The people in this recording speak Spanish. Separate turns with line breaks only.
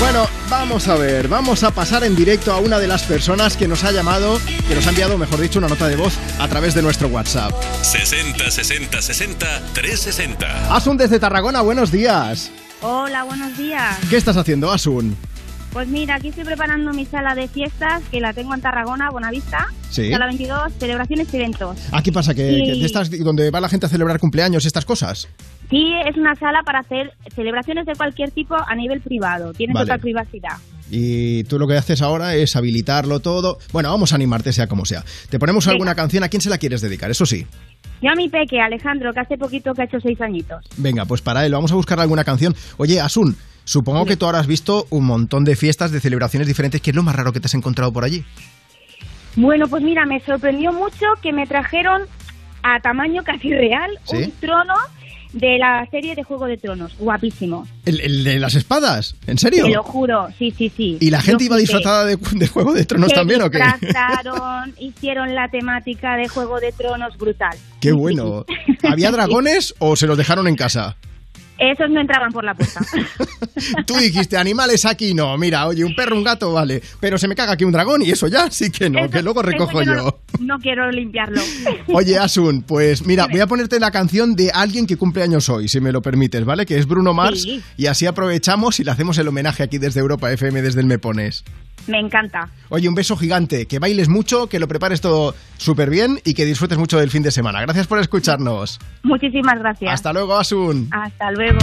Bueno, vamos a ver, vamos a pasar en directo a una de las personas que nos ha llamado, que nos ha enviado, mejor dicho, una nota de voz a través de nuestro WhatsApp.
60 60 60 360.
Asun desde Tarragona, buenos días.
Hola, buenos días.
¿Qué estás haciendo, Asun?
Pues mira, aquí estoy preparando mi sala de fiestas, que la tengo en Tarragona, Bonavista.
Sí.
Sala 22, celebraciones y eventos.
Aquí pasa que,
Sí.
que de estas donde va la gente a celebrar cumpleaños y estas cosas.
Sí, es una sala para hacer celebraciones de cualquier tipo a nivel privado. Tienes
Vale.
total privacidad.
Y tú lo que haces ahora es habilitarlo todo. Bueno, vamos a animarte sea como sea. Te ponemos
Venga.
alguna canción, ¿a quién se la quieres dedicar? Eso sí.
Yo a mi peque, Alejandro, que hace poquito que ha hecho seis añitos.
Venga, pues para él, vamos a buscar alguna canción. Oye, Asun, supongo que tú ahora has visto un montón de fiestas, de celebraciones diferentes. ¿Qué es lo más raro que te has encontrado por allí?
Bueno, pues mira, me sorprendió mucho que me trajeron a tamaño casi real
¿Sí?
un trono de la serie de Juego de Tronos. Guapísimo.
¿El, el de las espadas? ¿En serio?
Te lo juro, sí, sí, sí.
¿Y la
Yo
gente iba
flipé.
disfrazada de, de Juego de Tronos
Se
también o qué?
disfrazaron, hicieron la temática de Juego de Tronos brutal.
¡Qué bueno! ¿Había dragones o se los dejaron en casa?
Esos no entraban por la puerta.
Tú dijiste, animales aquí no. Mira, oye, un perro, un gato, vale. Pero se me caga aquí un dragón y eso ya, sí que no,
Eso-
que luego
eso
recojo yo.
No, no quiero limpiarlo.
Oye, Asun, pues mira, voy a ponerte la canción de alguien que cumple años hoy, si me lo permites, ¿vale? Que es Bruno Mars.
Sí.
Y así aprovechamos y le hacemos el homenaje aquí desde Europa FM, desde el Me Pones.
Me encanta.
Oye, un beso gigante, que bailes mucho, que lo prepares todo súper bien y que disfrutes mucho del fin de semana. Gracias por escucharnos.
Muchísimas gracias.
Hasta luego, Asun.
Hasta luego.